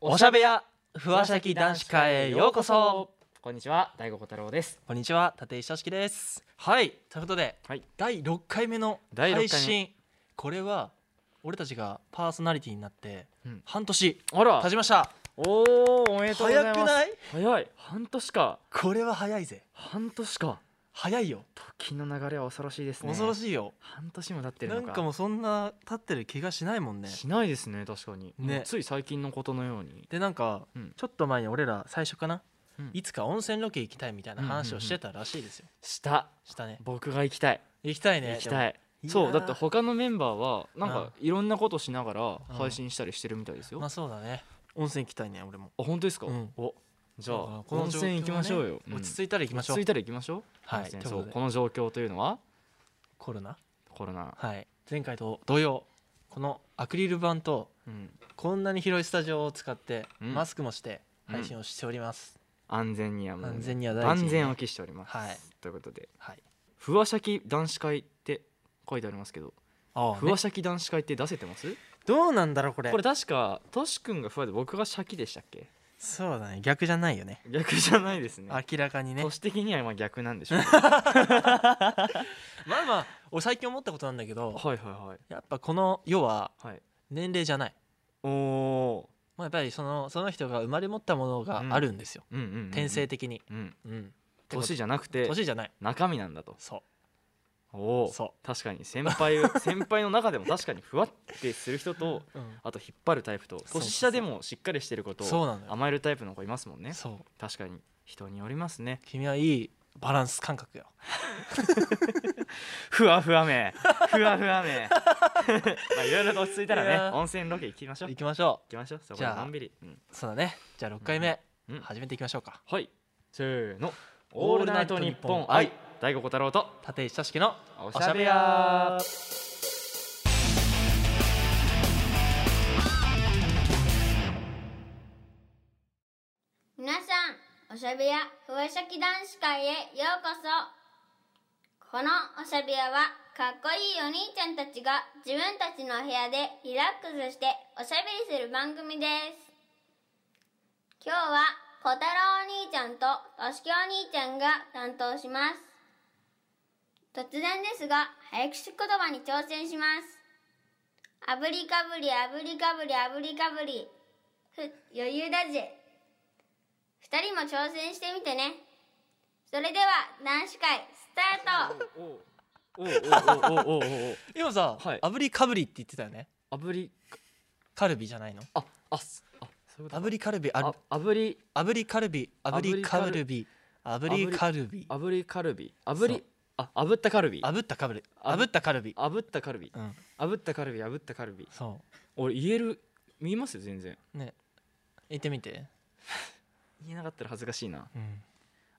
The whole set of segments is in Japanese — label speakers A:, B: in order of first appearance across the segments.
A: おしゃべやふわしゃき男子会へようこそ
B: こんにちは大吾小太郎です
A: こんにちは立石俊樹ですはいということで、
B: はい
A: 第6回目の
B: 第六
A: 配
B: 回目
A: 信これは俺たちがパーソナリティになって
B: うん
A: 半年
B: あら
A: 経ちました、
B: おおおめでとうござ
A: 早
B: います
A: くない
B: 早い半年か
A: これは早いぜ
B: 半年か
A: 早いよ
B: 時の流れは恐ろしいですね
A: 恐ろ
B: い
A: しいよ、
B: 半年も経ってる
A: な
B: の
A: ん
B: か
A: かもうそんな経ってる気がしないもんね
B: しないですね確かに、
A: ね
B: もうつい最近のことのように
A: でなんか、
B: うん
A: ちょっと前に俺ら最初かな、
B: うん
A: いつか温泉ロケ行きたいみたいな話をしてたらしいですよ、
B: した
A: したね
B: 僕が行きたい
A: 行きたいね
B: 行きたい
A: いやー
B: そうだって他のメンバーはなんかいろんなことしながら
A: うん
B: 配信したりしてるみたいです
A: で
B: よ、
A: もま
B: あ
A: あそうだね温泉行きたいね俺も
B: 本当ですか、
A: うん
B: おじゃ
A: だから
B: あ
A: この
B: 温泉行きましょうよ、
A: 状況はね落
B: い
A: ち着いたら行きましょう、
B: 着いたら行きましょう
A: はい
B: 温泉
A: という
B: そ
A: こと
B: う
A: で
B: この状況というのは
A: コロナ
B: コロナ、
A: はい前回と同様このアクリル板と
B: うん、
A: こんなに広いスタジオを使って、
B: うん
A: マスクもして配信をしております、
B: 安全にはもうね、
A: 安全には大事
B: 万
A: にね
B: 全を期しております、
A: はい
B: ということで
A: はい
B: 「ふわしゃき男子会」って書いてありますけど、
A: あ
B: ふわしゃき男子会って出せてます
A: どうなんだろうこれ
B: これ確かとし君がふわで僕がシャキでしたっけ
A: そうだね逆じゃないよね
B: 逆じゃないですね
A: 明らかにね
B: 都市的にはまあ逆なん でしょうけど
A: まあまあ俺最近思ったことなんだけど
B: はいはいはい
A: やっぱこの世は
B: はい
A: 年齢じゃない、
B: おお
A: まあ、やっぱりそのその人が生まれ持ったものがあるんですよ、
B: うんうんうんうん
A: 天性的に、
B: うん
A: うん、
B: 年じゃなくて
A: 年じゃない
B: 中身なんだと
A: そ
B: おお
A: そ
B: 確かに先輩先輩の中でも確かにふわってする人と
A: う、
B: あと引っ張るタイプと
A: そう
B: 年下でもしっかりしてること
A: そう
B: を
A: なのよ
B: 甘えるタイプの子いますもんね
A: そう
B: 確かに人によります ね
A: 君はいいバランス感覚よ
B: ふわふわめ ふわふわめ まあいろいろと落ち着いたら
A: い
B: ね
A: やー
B: 温泉ロケ行きましょう
A: 行
B: 行
A: きましょ
B: きましょうそこ
A: じ
B: で
A: ゃあ
B: のんびりうん
A: うそうだねじゃあ6回目、
B: うんうん
A: 始めていきましょうか
B: はいせーの「
A: オ
B: オ
A: ー
B: ー
A: ル
B: ル
A: ナ
B: ナ
A: イ
B: イ
A: ト
B: ト
A: ニ
B: ニ
A: ッ
B: ッ
A: ポ
B: ポ
A: ン
B: ン」
A: 愛
B: 大悟小太郎と
A: 立石俊樹の
B: お
A: しゃべや
C: 皆さんおしゃべやふわしゃき男子会へようこそこのおしゃべやはかっこいいお兄ちゃんたちが自分たちのお部屋でリラックスしておしゃべりする番組です今日は小太郎お兄ちゃんととしきお兄ちゃんが担当します突然ですが早口言葉に挑戦しますあぶりかぶりあぶりかぶりあぶりかぶりふ余裕だぜ二人も挑戦してみてねそれでは男子会スタート
B: おうおうおうおうおうおうおう
A: 今さ、
B: はい
A: 炙りかぶりって言ってたよね
B: 炙り
A: カルビじゃないの
B: ああすあそういうこと
A: 炙りカルビあ
B: あ炙り
A: 炙りカルビ炙りカルビ炙りカルビ
B: 炙りカルビ炙
A: そう
B: りあ炙ったカルビ
A: 炙ったカルビ
B: あぶ
A: 炙ったカルビ
B: 炙ったカルビ
A: うん
B: 炙ったカルビ炙ったカルビ
A: そ
B: 俺言える見えますよ全然
A: うね言ってみて
B: 言えなかったら恥ずかしいな
A: うん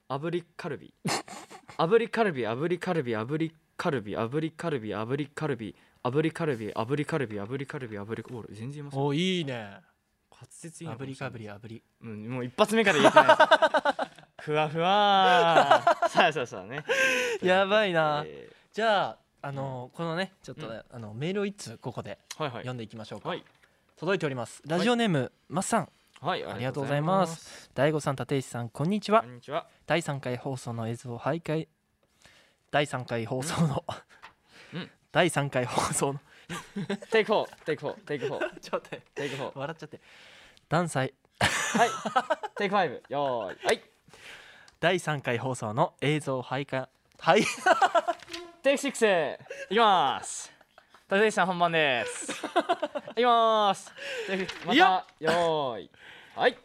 B: 炙りカル ビ炙りカルビ炙りカルビ炙りカルビ炙りカルビ炙りカルビ炙りカルビ炙りカルビ炙りカルビ炙りカルビ全然言えません
A: おいいね
B: 滑舌いいな
A: 炙りかぶり炙り
B: うんもう一発目から言えてない ですふわふわーさあさあさあ ね
A: やばいな
B: えー
A: じゃああのこのねちょっとねあのメールを一通ここで
B: はいはい
A: 読んでいきましょうか
B: はい
A: 届いておりますラジオネームマスさん
B: はい
A: ありがとうございます大悟さん立石さんこんにちは
B: こんにちは
A: 第3回放送の映像を徘徊第3回放送の
B: うん
A: 第3回放送の
B: テイク4テイク4テイク 4
A: ちょっと待って
B: テイク4
A: 笑っちゃってダンサイ
B: はいテイク5よーいはい
A: 第3回放送の映像を徘徊はい
B: テイク6いきます立石さん本番ですいきますテイクま
A: いや
B: たよーいはい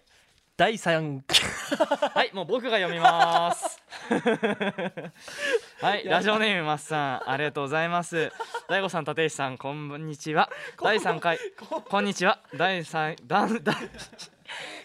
A: 第3回
B: はいもう僕が読みます はいラジオネームマスさんありがとうございます大悟さん立石さんこんにちは第三回こんにちは第三だんだん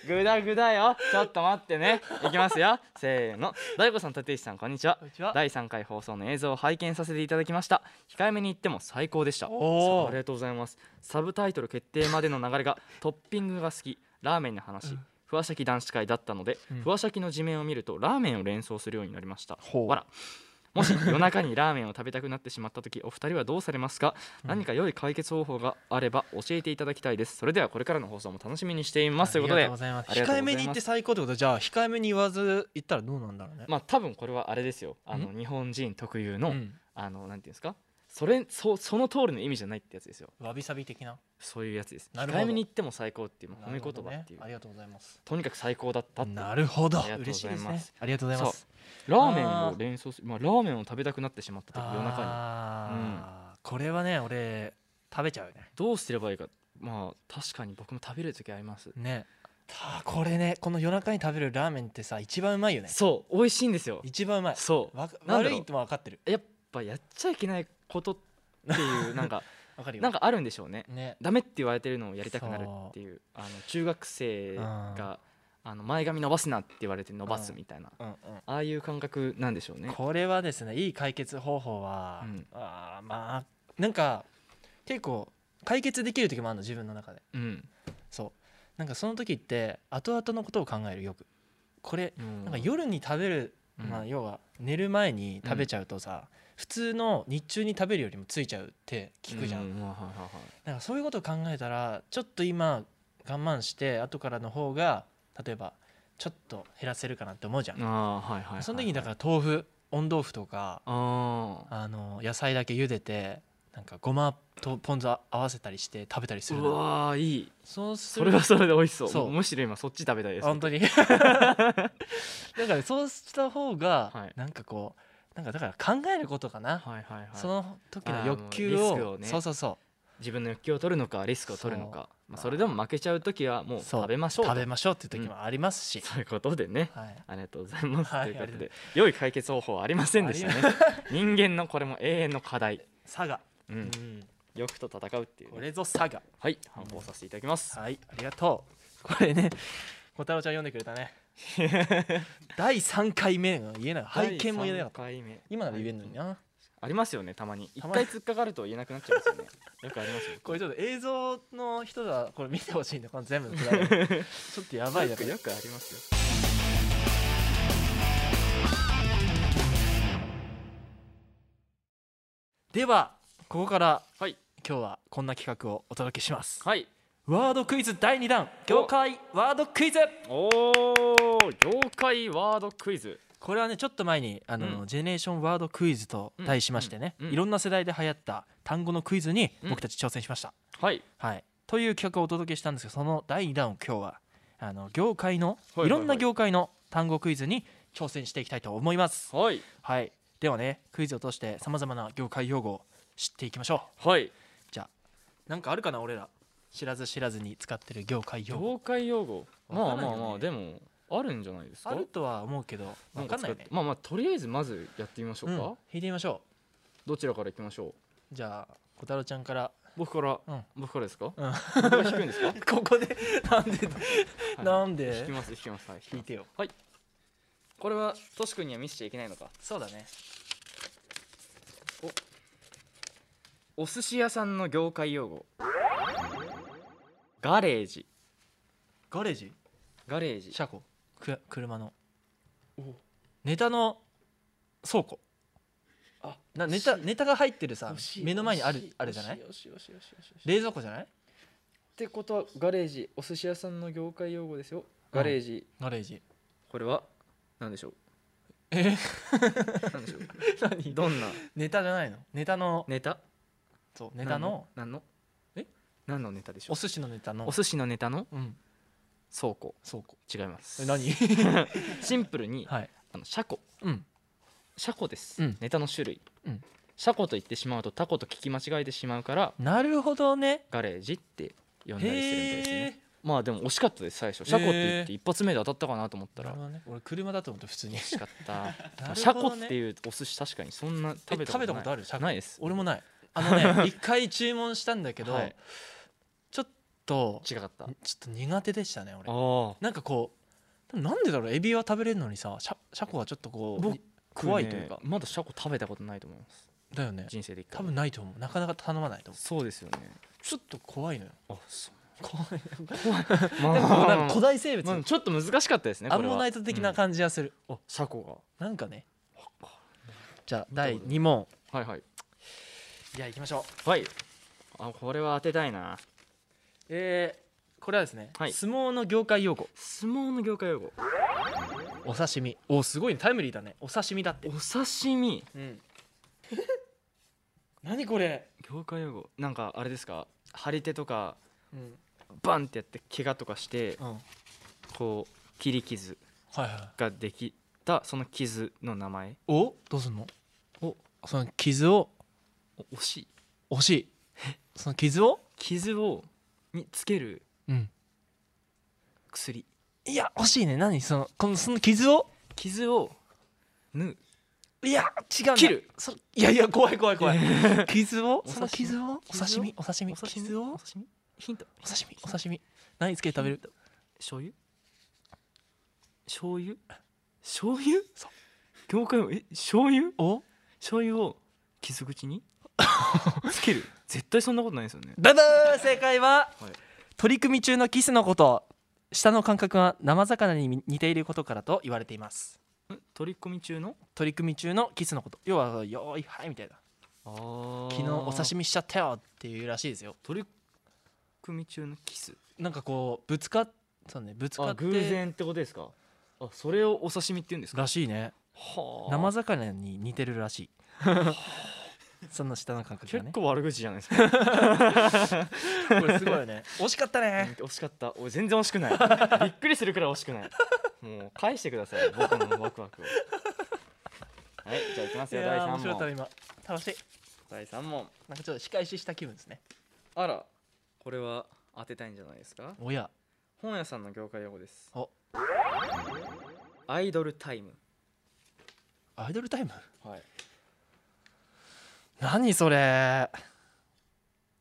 B: ぐだぐだよちょっと待ってねいきますよせーの大悟さん立石さんこんにちは
A: こんにちは
B: 第3回放送の映像を拝見させていただきました控えめに言っても最高でした
A: おー
B: ありがとうございますサブタイトル決定までの流れがトッピングが好きラーメンの話、ふわしゃき男子会だったので、
A: ん
B: ふわしゃきの地面を見るとラーメンを連想するようになりました
A: ほう
B: わらもし夜中にラーメンを食べたくなってしまった時お二人はどうされますか
A: うん
B: 何か良い解決方法があれば教えていただきたいですそれではこれからの放送も楽しみにしていますということ
A: ありがと
B: で
A: うございます
B: ありがとう
A: 控
B: ござ
A: え
B: います
A: めに言って最高ってことはじゃあ控えめに言わず言ったらどうなんだろうね、
B: まあ多分これはあれですよあの
A: う
B: 日本人特有
A: う
B: の
A: ん、
B: あのなんていうんですかそれそその通りの意味じゃないってやつですよ
A: わびさび的な
B: そういうやつです
A: なるほど
B: 控えめに言っても最高っていうまあ褒
A: な
B: め
A: る
B: 言
A: ほ
B: 葉
A: どね
B: っていう
A: ありがとうございます
B: とにかく最高だったっていう
A: なるほど
B: ありがとうご
A: 嬉しい
B: ざい
A: で
B: ます
A: すねありがとうございます
B: ラーメンを連想するまあ、ラーメンを食べたくなってしまった時夜中に
A: あーこれはね俺食べちゃうよね
B: どうすればいいかまあ確かに僕も食べる時あります、
A: ねたこれねこの夜中に食べるラーメンってさ一番うまいよね
B: そう美味しいんですよ
A: 一番うまい
B: そ
A: わか
B: なんだ
A: 悪
B: ろう
A: いとは分かってる
B: うやっぱやっちゃいけないことっていうな んか
A: わかるよ
B: なんかあるんでしょうね
A: ね
B: ダメって言われてるのをやりたくなるっていうあの中学生があの前髪伸ばすなって言われて伸ばすみたいな
A: うんうん
B: ああいう感覚なんでしょうね
A: これはですねいい解決方法は、
B: うん
A: あーまあなんか結構解決できる時もあるの自分の中で
B: うん
A: そうなんかその時って後々のことを考えるよくこれ
B: な
A: なんか夜に食べる、
B: うん
A: まあ、要は寝る前に食べちゃうとさ、普通の日中に食べるよりもついちゃうって聞くじゃん、
B: うはいはいはいはい
A: なんかそういうことを考えたらちょっと今我慢して後からの方が例えばちょっと減らせるかなって思うじゃん、
B: ああはいはいはい
A: その時にだからら豆腐温豆腐とか
B: ああ
A: あの野菜だけ茹でてなんかごまとポン酢合わせたりして食べたりする
B: う
A: の
B: わーいい
A: そうす
B: そ
A: る
B: れはそれで美味しそう
A: そう
B: むしろ今そっち食べたいです
A: 本当に だからそうした方が
B: はい
A: なんかこうなんかだから考えることかな、
B: はいはいはい
A: その時
B: あ
A: の
B: ー
A: 欲求
B: もう
A: を
B: リスクをね
A: そうそうそ
B: 自分の欲求を取るのかリスクを取るのかそ,、まあ、それでも負けちゃう時はもう
A: そう
B: 食べまし
A: う
B: ょうと
A: 食べましょうっていう時もありますし、
B: そういうことでね
A: はい、
B: ありがとうございます、
A: はい
B: ということ
A: あり
B: で良い解決方法はありませんでしたね人間のこれも永遠の課題、
A: 佐賀、
B: うん
A: うん、
B: 欲と戦うっていうね、
A: これぞ佐賀
B: はい反抗させていただきます、
A: はいありがとうこれね小太郎ちゃん読んでくれた ね第3回目が言えない拝見も言えなかった
B: 第三回目
A: 今なら言えるのにな
B: ありますよねたまに一
A: たまに
B: 回突っかかると言えなくなっちゃうんです よねよくありますよ
A: これちょっと映像の人がこれ見てほしいんだこの全部のくだ りちょっとやばい
B: よ
A: やつ
B: くよくありますよ
A: ではここから
B: はい
A: 今日はこんな企画をお届けします、
B: はい
A: ワードクイズ第2弾業界ワードクイズ
B: おお業界ワードクイズ
A: これはねちょっと前にあの、
B: うん
A: ジェネレーションワードクイズと題しましてね、
B: うんうん
A: いろんな世代で流行った単語のクイズに
B: うん
A: 僕たち挑戦しました、
B: はい
A: はいという企画をお届けしたんですけどその第2弾を今日はあの業界の、
B: はいはいはい
A: いろんな業界の単語クイズに挑戦していきたいと思います
B: はい
A: はいではねクイズを通してさまざまな業界用語を知っていきましょ
B: はい、
A: うなんかあるかな俺ら知らず知らずに使ってる業界用語
B: 業界用語ま
A: わ
B: あ
A: からんよ
B: まあ
A: ね
B: まあでもあるんじゃないですか
A: あるとは思うけど分かんないよ
B: か
A: ね
B: 使ってまあまあとりあえずまずやってみましょうか、
A: うん、引いてみましょ
B: どちらからいきましょ
A: うじゃあ小太郎ちゃんから
B: う僕から、
A: うん
B: 僕からですか、
A: うん
B: 僕が引くん ですか、はい
A: ここでなんで
B: はい
A: なんで
B: 引きます引きますはい
A: 聞いてよ
B: はいこれはトシ君には見せちゃいけないのか
A: そうだね
B: お寿司屋さんの業界用語ガレージ
A: ガレージ
B: ガレージ
A: 車庫く車のネタの倉庫
B: あ
A: なネタネタが入ってるさ
B: 惜しい
A: 目の前にあ
B: 惜し
A: る
B: い
A: あるじゃない
B: 惜しい惜しい惜しい惜しい惜しい
A: 冷蔵庫じゃない
B: ってことはガレージお寿司屋さんの業界用語ですよガレージ、
A: ガレージ
B: これは何でしょう
A: え
B: 何でしょう
A: 何
B: どんな
A: ネタじゃないのネタの
B: ネタ
A: そうネタの
B: 何の
A: え
B: 何のネタでしょ
A: お寿司のネタ
B: う
A: の
B: お寿司のネタの
A: うん
B: 倉庫
A: 倉庫
B: 違います
A: え何
B: シンプルに、
A: はい
B: あの車庫
A: うん
B: 車庫です、
A: うん
B: ネタの種類、
A: うん
B: 車庫と言ってしまうとタコと聞き間違えてしまうから
A: なるほどね
B: ガレージって呼んだりするみたいです
A: へ
B: ね
A: え
B: まあでも惜しかったです最初車庫って言って一発目で当たったかなと思った
A: なる
B: ら
A: ほどね俺車だと思って普通に
B: 惜しかった
A: なるほどね
B: 車庫っていうお寿司確かにそんな食べたことない
A: え食べたことある車庫
B: ないです
A: 俺も ないあのね一回注文したんだけど、
B: はい
A: ちょっとち
B: 違かったあ
A: ょっと苦手でしたね俺
B: あ
A: なんかこうなんでだろうエビは食べれるのにさシャシャコはちょっとこう
B: 僕
A: 怖いというか、
B: 僕ねまだシャコ食べたことないと思います
A: だよね
B: 人生で一回
A: 多分ないと思うなかなか頼まないと思
B: そうですよね
A: うちょっと怖いのよ
B: あそう
A: 怖い
B: まあ
A: でも
B: まあ
A: なんか古代生物、
B: まあちょっと難しかったですね
A: アンモナイト的な
B: 感
A: 感じがする、
B: じ、うんあシャコ
A: なんかね
B: が
A: ちじゃあ第2問
B: はいはい
A: じゃあ行きましょう
B: はいあこれは当てたいな
A: えー、これはですね、
B: はい
A: 相撲の業界用語
B: 相撲の業界用語
A: お刺身おすごいねタイムリーだねお刺身だって
B: お刺身
A: うん 何これ、
B: 業界用語なんかあれですか張り手とか
A: うん
B: バンってやって怪我とかして
A: うん、はい
B: こう切り傷
A: はい
B: ができたその傷の名前
A: おどうすんのおその傷を
B: お惜しい
A: 惜しいその傷を
B: 傷をにつける
A: うん
B: 薬
A: いや惜しいね何そのこのその傷を
B: 傷を縫う
A: いや違うんだ
B: 切る
A: そいやいや怖い怖い怖い傷を
B: お刺身
A: その傷をお刺身お刺身
B: お刺身
A: 傷を
B: お刺身ヒント
A: お刺身お刺身何つけて食べる
B: 醤油醤油醤油
A: そう
B: 業界用え醤油
A: お
B: 醤油を傷口 につける絶対そんなことないですよね
A: だだー正解は、
B: はい
A: 取り組み中のキスのこと舌の感覚が生魚に似ていることからと言われています
B: ん取り込み中の
A: 取り組み中のキスのこと要は「よーいはい」みたいな
B: あ
A: 「
B: ー
A: 昨日お刺身しちゃったよ」っていうらしいですよ
B: 取り組み中のキス
A: なんかこうぶつかっそうねぶつか
B: あ
A: って
B: 偶然ってことですかあそれをお刺身って言うんですから
A: しいね
B: はあ
A: 生魚に似てるら しいその下の感覚が
B: 結
A: ね
B: 構悪口じゃないですか
A: これすごいよ ね惜しかったね
B: 惜しかった俺全然惜しく ないびっくりするくらい惜しくないもう返してください僕のワクワクをはいじゃあいきます
A: い
B: よ
A: や
B: 第
A: ー面白
B: 3
A: かった
B: 問
A: 今楽しい
B: 第3問
A: なんかちょっと仕返しした気分ですね
B: あらこれは当てたいんじゃないですか
A: おや
B: 本屋さんの業界用語です
A: お
B: アイドルタイム
A: アイドルタイム
B: はい
A: 何それ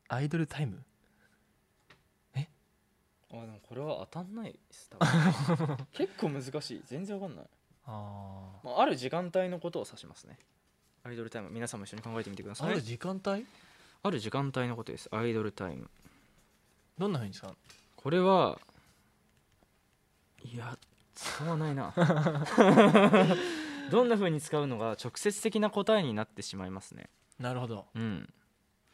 A: アイドルタイム
B: あでもこれは当たんないです多 分結構難しい全然わかんない、
A: あ
B: まあ、ある時間帯のことを指しますねアイドルタイム皆さんも一緒に考えてみてくだ
A: ー
B: さ
A: あ
B: い
A: る時間帯
B: ある時間帯のことですアイドルタイム
A: どんなふうに使うの
B: これはいや使わな いなどんな風に使うのが直接的な答えになってしまいますね
A: なるほど
B: うん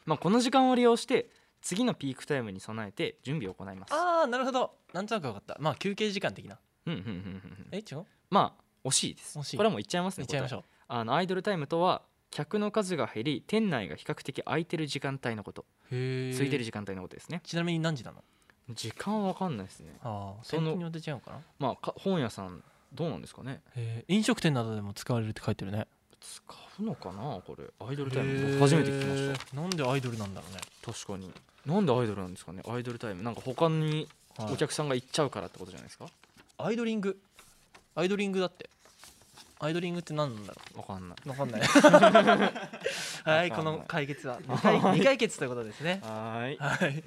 B: まあこの時間を利用して次のピークタイムに備えて準備を行います
A: ああなるほどなんとなく分かったまあ休憩時間的な
B: うんうんうんうんうん
A: え違う
B: まあ惜しいです
A: 惜しい
B: これはもう言っちゃいます
A: 行
B: ね
A: っちゃいまし
B: う
A: ょ
B: あのアイドルタイムとは客の数が減り店内が比較的空いてる時間帯のこと
A: うへえ
B: 空いてる時間帯のことですね
A: ちなみに何時なの
B: 時間は分かんないですね
A: ああ
B: その
A: 店舗によって違うのかな
B: まあか本屋さんどうなんですかね
A: へー飲食店などでも使われるって書いてるね
B: 使うのかなこれアイドルタイム僕初めて聞きました
A: たなんでアイドルなんだろうね、
B: 確かになんでアイドルなんですかねアイドルタイムなんか他に
A: はい
B: お客さんが行っちゃうからってことじゃないですか
A: アイドリングアイドリングだってアイドリングって何なんだろ
B: わかんないう
A: わかん ない
B: な
A: はいいこの解決 は2回二解決ということですね
B: はーい
A: はい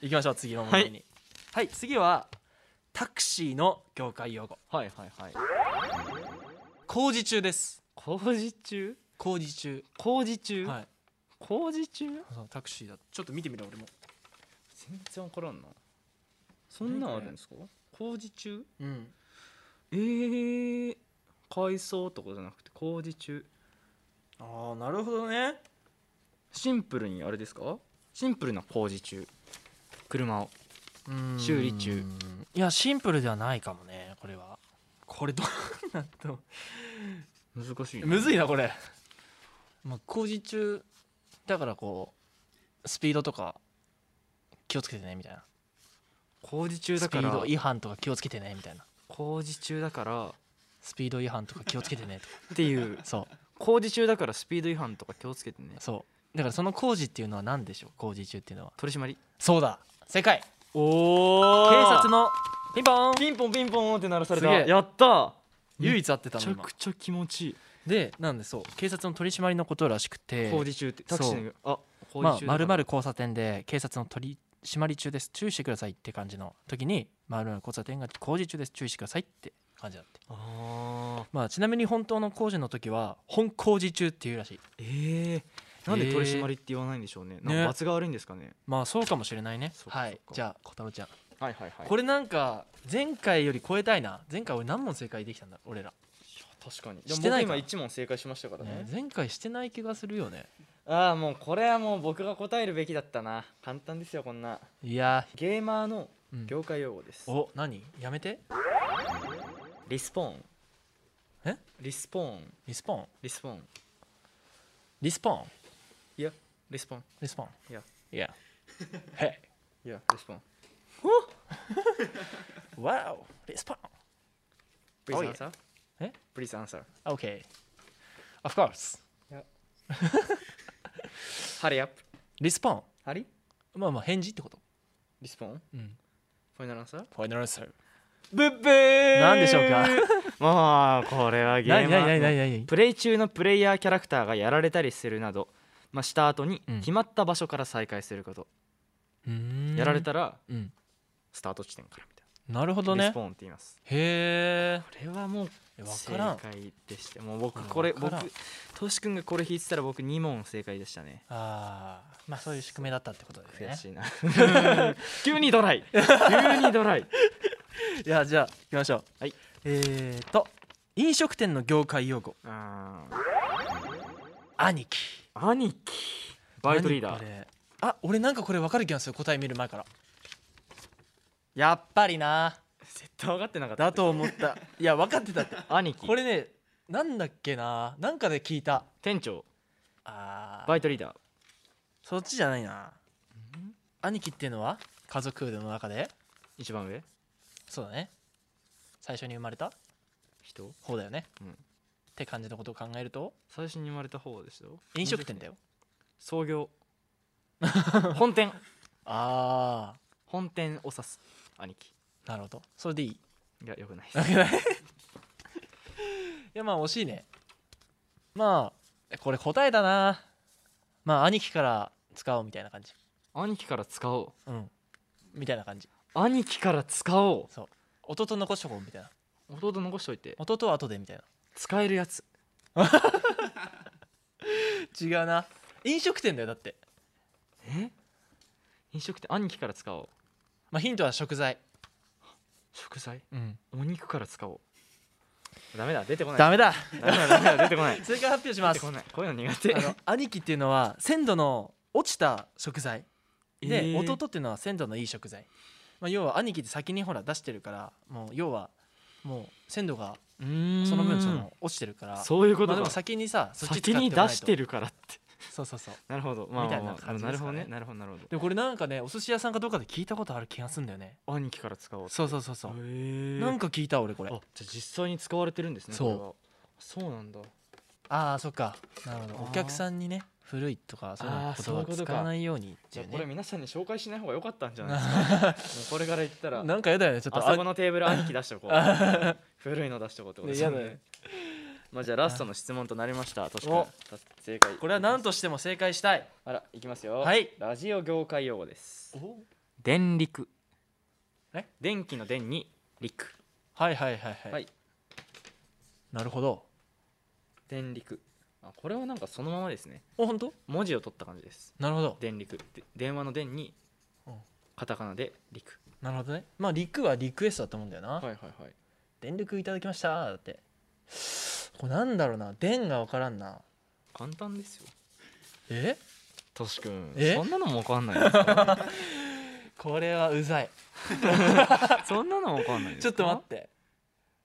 A: 行きましょう次の問題にはい、次はタクシーの業界用語
B: はいはいはい
A: 工事中です
B: 工事中
A: 工事中
B: 工事中、
A: はい
B: 工事中
A: そうタクシーだちょっと見てみる俺も
B: 全然わからんなそんなんあるんですか工事中
A: うん
B: えー、改装とかじゃなくて工事中
A: ああなるほどね
B: シンプルにあれですかシンプルな工事中車を修理中
A: いやシンプルではないかもねこれはこれどうなったの
B: 難しいな
A: むずいなこれ、まあ、工事中だからこうスピードとか気をつけてねみたいな
B: 工事中だ
A: スピ
B: か
A: ー
B: ら
A: ド違反とか気をつけてねみたいな
B: 工事中だから
A: スピード違反とか気をつけてねとか
B: っていう
A: そ
B: 工事中だからスピード違反とか気をつけてね
A: うそうだからその工事っていうのは何でしょう工事中っていうのは
B: 取り締まり
A: そうだ正解
B: お
A: 警
B: 警
A: 察
B: 察の
A: のピンポン
B: ピンポンピンポンって鳴らされた
A: すげえ
B: やった
A: 唯一合ってた
B: めち
A: の
B: ゃ
A: 今
B: くちゃ気持ちいい
A: でなんでそう警察の取り締まりのことらしくて
B: 工事中ってタクシーのあ工
A: ま
B: 事
A: あ、
B: 中
A: ま
B: だ
A: る
B: か
A: まる交差点で警察の取り締まり中です注意してくださいって感じの時にまるまる交差点が工事中です注意してくださいって感じだって、
B: らあー
A: まあ、ちなみに本当の工事の時は本工事中っていうらしい
B: えー、なんで取り締まりって言わないんでしょうね、なんか
A: ね
B: 罰が悪いんですかね
A: まあそうかもしれないね
B: そうか
A: はい
B: そうか
A: じゃあ小太郎ちゃん、
B: はいはいは
A: これなんか前回より超えたいな前回俺何問正解できたんだ俺ら
B: 確かに
A: し
B: で
A: てな
B: も僕
A: いか
B: 今一問正解しましたからね
A: ね前回してない気がするよね
B: ああもうこれはもう僕が答えるべきだったな簡単ですよこんない
A: や
B: ゲーマーの
A: ー、うん
B: 業界用語です、
A: お何やめて
B: リスポーン
A: え
B: リスポーン
A: リスポーン
B: リスポーン
A: リスポーン
B: いやリスポーン
A: リスポーン
B: いや
A: い やへ
B: いやリスポーン
A: いわおリスポーン
B: Please
A: Oh, yeah.
B: answer
A: え
B: Please answer
A: Okay. Of course.
B: ハリアップ
A: リスポー
B: ハリ
A: ン。まあまあ返事ってこと。
B: リスポーン
A: うん。
B: ファイナルアンサー
A: ファイナルアンサー。
B: ブッブー
A: なんでしょ うか
B: もうこれはゲー
A: 何
B: マー
A: 何何何何
B: プレイ中のプレイヤーキャラクターがやられたりするなど、まあ、した後に
A: うん
B: 決まった場所から再開すること、
A: うーん
B: やられ。たら
A: うん。
B: スタート地点からみたい
A: なるほ
B: な、
A: どね
B: リスポ。ーンって言います
A: へ
B: これはもう
A: え。わ
B: 正
A: からん。
B: 解でしたもう僕これ
A: わからん
B: 僕トシ君がこれ引いてたら僕2問正解でしたね
A: ああ。まあそういう仕組みだったってことです
B: 悔
A: ね。
B: しいな急にドライ急にドライ
A: いやじゃあ行きましょう。
B: はい。
A: えーと飲食店の業界用語
B: あ
A: 兄貴。
B: ー兄貴バイトリーダ
A: 何こ
B: ー
A: れあ俺なんかこれわかる気がする答え見る前から。 やっぱりな。
B: 絶対分かってなかった
A: だと思った。いや分かってたって。
B: 兄貴
A: これねなんだっけななんかで聞いた。
B: 店長
A: あー
B: バイトリーダー
A: そっちじゃないな兄貴っていうのは家族の中で
B: 一番上
A: そうだね最初に生まれた
B: 人
A: 方だよね、
B: うん
A: って感じのことを考えると
B: 最初に生まれた方でしょ
A: 飲食店だよ
B: 創業本店
A: あ
B: 本店を指す兄貴
A: ーなるほどそれでいい い
B: いやよくないです
A: やまあ惜しいねまあこれ答えだなまあ兄貴から使おうみたいな感じ
B: 兄貴から使おう
A: うんみたいな感じ
B: 兄貴から使お
A: 弟残しとこうみたいな
B: う弟残しといて
A: 弟は後でみたいな
B: 使えるやつ
A: 違うな飲食店だよだって
B: え飲食店兄貴から使おう
A: まあヒントは食材
B: 食材
A: うん
B: お肉から使おうダメだ出てこない
A: ダメだ
B: ダメだダメだ出てこない出
A: 正解発表しま
B: て
A: す
B: こないこういうの苦手
A: あの兄貴っていうのは鮮度の落ちた食材で、
B: えー
A: 弟っていうのは鮮度のいい食材、まあ、要は兄貴って先にほら出してるからもう要はもう鮮度が
B: うーん
A: その分その落ちてるから
B: そういう
A: まあ、
B: こと
A: でも
B: か
A: 先にさそっち使ってお
B: 先
A: かな
B: に
A: い
B: 出
A: と
B: してるからって
A: そうそうそう
B: なるほどまあ
A: み
B: ま
A: た
B: あ
A: いな
B: まあ
A: 感じ
B: な
A: で
B: る
A: す
B: ほ
A: か
B: ど
A: ね
B: ねなるほどなるほど
A: でもこれなんかねお寿司屋さんかどうかで聞いたことある気がするんだよね
B: 兄貴から使おう
A: そうそうそうそう、
B: へえ
A: なんか聞いた俺これ
B: あじゃあ実際に使われてるんですね
A: そう
B: これはそうなんだ
A: ああそっかなるほ
B: あ
A: ど
B: ー
A: お客さんにね古いとかそういうの
B: あー
A: 言葉
B: そういうこと
A: 使
B: か
A: わないようにって
B: じ
A: い
B: ゃ
A: う
B: あこれ
A: ね
B: 皆さんに紹介しない方が良かったんじ ゃないですかもうこれから言ったら
A: なんかやだよねちょっと
B: あそこのテーブル兄貴出しておこう 古いの出しておこうってことですよ
A: ねやだ
B: ね
A: よ
B: まあじゃあラストの質問となりましたとし
A: お
B: 正解
A: これは何としても正解したい
B: あらいきますよ
A: はい
B: ラジオ業界用語です
A: お
B: 電力
A: え
B: 電気の電に陸
A: はいはいはいはい、
B: はい
A: なるほど
B: 電力あこれはなんかそのままですね
A: お本当
B: 文字を取った感じです
A: なるほど
B: 電力で電話の電に
A: うん
B: カタカナで陸
A: なるほどねまあ陸はリクエストだと思うんだよな、
B: はいはいはい
A: 電力いただきましただってこれなんだろうな電が分からんな
B: 簡単ですよ
A: え
B: としくん
A: え
B: そんなのもわかんないです か
A: これはうざい
B: そんなのもわかんないです
A: ちょ
B: か
A: っと待って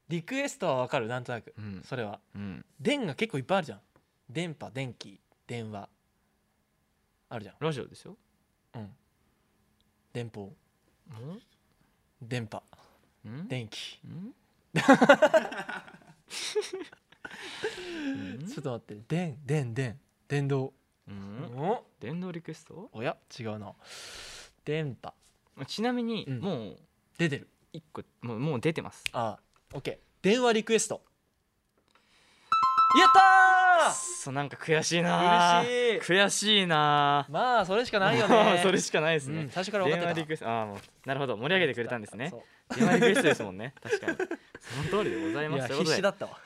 A: リクエストは分かるなんとなく
B: うん
A: それは
B: うん
A: 電が結構いっぱいあるじゃん電波電気電話あるじゃ
B: ラジオですよ
A: んうん電報
B: ん
A: 電波
B: うん
A: 電気
B: うん
A: ちょっと待って電電電電動
B: うん
A: お
B: 電動リクエスト
A: おや違うな電波
B: まあちなみに
A: うん
B: もう
A: 出てる
B: 一個もうもう出てます
A: あオッケー電話リクエストやった
B: そうなんか悔しい
A: ー
B: なあ
A: 嬉しい
B: 悔しいな
A: まあそれしかない よ
B: あ
A: ね
B: ーそれしかないですね、
A: うん最初から分
B: 電
A: か
B: 話
A: って
B: リ
A: た
B: クエストああもうなるほど盛り上げてくれたんですね
A: そう
B: 電話リクエストですもんね確かにその通りでござい
A: い
B: ます
A: や
B: ということ
A: 必
B: で
A: 死だったわ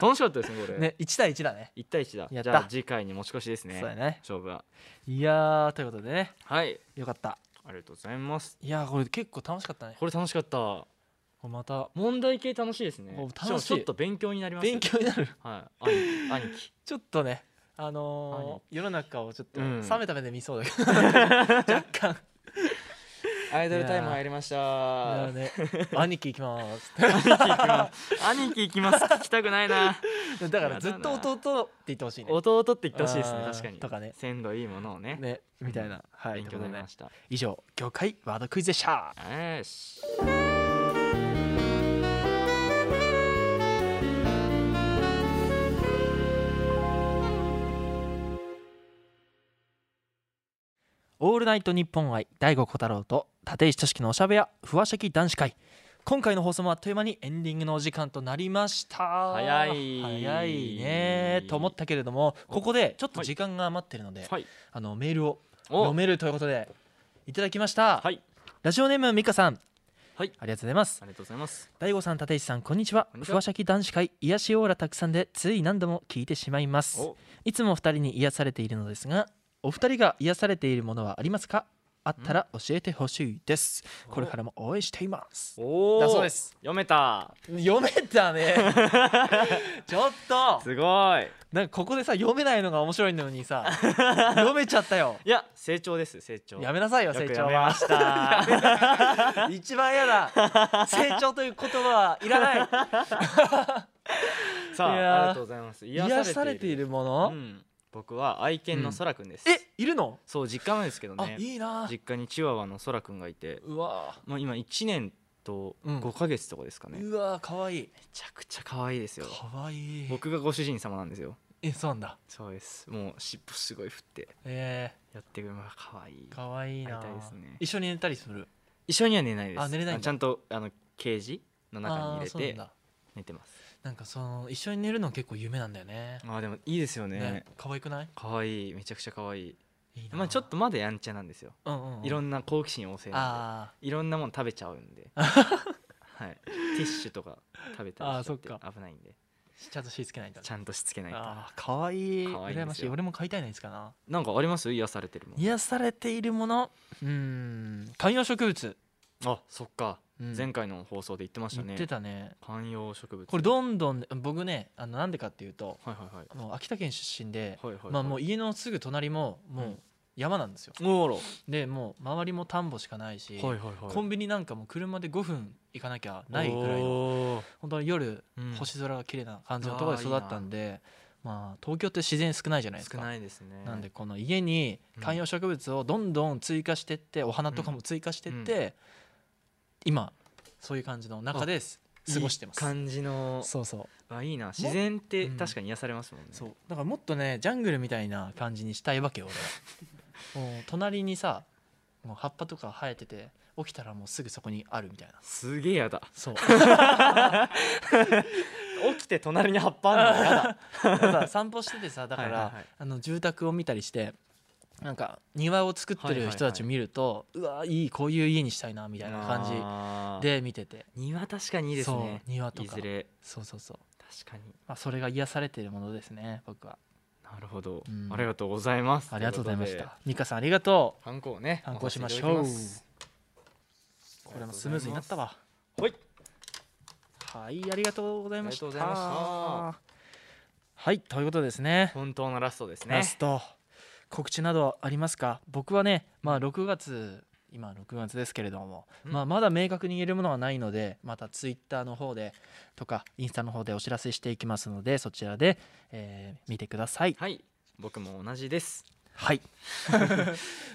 B: 楽しかったですねこれ、
A: ね1対1だね
B: 1対1だ
A: やった
B: じゃあ次回に持ち越しですね
A: そうだね
B: 勝負はい
A: やーということでね
B: はい
A: よかった
B: ありがとうございます
A: いやーこれ結構楽しかったね
B: これ楽しかった
A: こうまた
B: 問題系楽しいですね
A: お楽しい
B: しかもちょっと勉強になります
A: 勉強になる
B: はい兄兄貴
A: ちょっとねあのー世の中をちょっと
B: うん
A: 冷めた目で見そうだけど、 若干
B: アイドルタイム入りました
A: な
B: 兄
A: の で兄貴行きます
B: 貴行きます兄貴行きます聞きたくないな
A: だからずっと弟って言ってほしいね
B: 弟って言ってほしいですね
A: あー
B: 確かに
A: とかね
B: 鮮度いいものをね
A: ねみたいな、はい
B: 勉
A: という
B: 強
A: こと
B: になり
A: で
B: ました
A: 以上業界ワードクイズでした
B: よし
A: オールナイト日本愛大悟小太郎と立石俊樹のおしゃべやふわしゃき男子会今回の放送もあっという間にエンディングのお時間となりました
B: 早い
A: 早いねと思ったけれどもここでちょっと時間が余ってるので、
B: はい
A: あのメールを
B: お
A: 読めるということでいただきました、
B: はい
A: ラジオネームみかさん
B: はい
A: ありがとうございます
B: ありがとうございます
A: 大悟さん立石さんこんにちは
B: こんにちは
A: ふわしゃき男子会癒しオーラたくさんでつい何度も聞いてしまいます
B: お
A: いつもお二人に癒されているのですがお二人が癒されているものはありますかあったら教えてほしいです
B: お
A: これからも応援しています
B: おー
A: だそうです
B: 読めた
A: 読めたね ちょっと
B: すごい
A: なんかここでさ読めないのが面白いのにさ読めちゃったよ
B: いや成長です成長
A: やめなさいよ
B: よ
A: 成
B: く
A: 長
B: やめま
A: は
B: した
A: 一番嫌だ成長という言葉はいらない
B: さあ
A: いやー
B: ありがとうございま す
A: 癒されているもの、
B: うん、僕は愛犬のそらくんです、
A: えいるの、
B: そう実家なんですけど
A: あ
B: ね
A: いいな
B: 実家にチワワのそらくんがいて
A: うわ
B: もう今1年と
A: うん
B: 5ヶ月とかですかね、め
A: うわかわいい
B: ちゃくちゃ可愛いですよ
A: かわいい
B: 僕がご主人様なんですよ
A: えそうなんだ
B: そうですもう尻尾すごい振って
A: え
B: やってくれるのが可愛
A: ー、
B: い
A: かわいいな
B: 会いたいですね
A: 一緒に寝たりする
B: 一緒には寝ないです
A: あ寝れないんだ
B: あのちゃんとあのケージの中に入れ
A: あーそうなん
B: て
A: だ
B: 寝てます
A: なんかその一緒に寝るの結構夢なんだよね
B: あーでもいいですよね
A: ね可愛くない
B: 可愛いめちゃくちゃ可愛い
A: いいな
B: まあちょっとまだやんちゃなんですよ
A: うんうんうん
B: いろんな好奇心旺盛なんで
A: あ
B: いろんなもの食べちゃう んではいティッシュとか食べたりしちゃって
A: あーそっ
B: 危ないんで
A: ーちゃんとしつけないんだ
B: ちゃんとしつけないと
A: あーかわいい
B: かわいい
A: 羨
B: んですよ
A: ましい俺も買いたいないですかな
B: なんかあります癒されてるもん
A: 癒されているものうーん観葉植物、
B: あそっか、
A: うん
B: 前回の放送で言ってました
A: 言
B: ね
A: ってたね
B: 観葉植物
A: これどんどん僕ねあのなんでかっていうと
B: はいはいはい
A: あの秋田県出身で、
B: はいはいはい
A: まあ、もう家のすぐ隣もも
B: う
A: うん山なんですよ、
B: おおろは
A: でもう周りも田んぼしかないし、
B: いはいはい
A: コンビニなんかも車で5分行かなきゃないぐらいの
B: の
A: 本当に夜、
B: うん
A: 星空が綺麗な感じのところで育ったんでまあ、東京って自然少ないじゃないです
B: 少
A: か。
B: ないですね
A: なんでこの家に観葉植物をどんどん追加してってお花とかも追加してって、今そういう感じの中です過ごしてま
B: いい
A: す。
B: 感じの
A: そうそう
B: あいいな自然って
A: うん
B: 確かに癒されますもんね
A: そうだからもっとねジャングルみたいな感じにしたいわけよ俺は もう隣にさもう葉っぱとか生えてて起きたらもうすぐそこにあるみたいな
B: すげえやだ
A: そう
B: 起きて隣に葉っぱあんのやだ
A: さ散歩しててさだから、
B: はいはいはい
A: あの住宅を見たりしてなんか庭を作ってる人たちを見ると、うわいいこういう家にしたいなみたいな感
B: 感
A: じで見てて
B: 庭確かにいいですね
A: そう庭とか
B: いずれ
A: そうそうそう、
B: 確かに
A: まあ、それが癒されてるものですね僕は
B: なるほど、
A: うん
B: ありがとうございます
A: ありがとうございまし
B: とうことで
A: た美香さんありがとう
B: ハンコをね
A: ハンコしましょう
B: 押していただきます
A: これもスムーズになったわ
B: ほい
A: はい、ありがとうございました。
B: ありがとうございま
A: はい、ということですね。
B: 本当のラストですね
A: ラスト告知などありますか？僕はね、まあ6月今6月ですけれども、
B: うん
A: まあまだ明確に言えるものはないので、またツイッターの方でとかインスタの方でお知らせしていきますので、そちらで、えー見てください。
B: はい僕も同じです、
A: はい。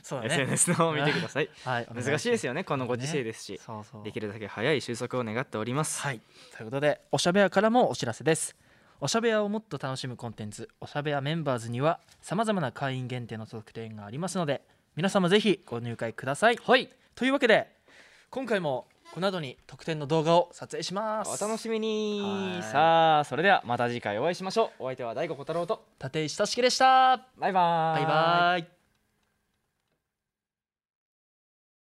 A: そうだね。
B: SNS の方を見てください
A: はい、
B: 難しいです
A: よ。
B: よねこのご時世ですし、
A: そうそう。
B: できるだけ早い収束を願っております、
A: はい、ということでおしゃべやからもお知らせですおしゃべやをもっと楽しむコンテンツおしゃべやメンバーズにはさまざまな会員限定の特典がありますので皆様ぜひご入会くださいはいというわけで今回もこの後に特典の動画を撮影します
B: お楽しみに
A: はい
B: さあそれではまた次回お会いしましょうお相手は大悟小太郎と
A: 立石俊樹でした
B: バイバ
A: バ
B: ー
A: イバイ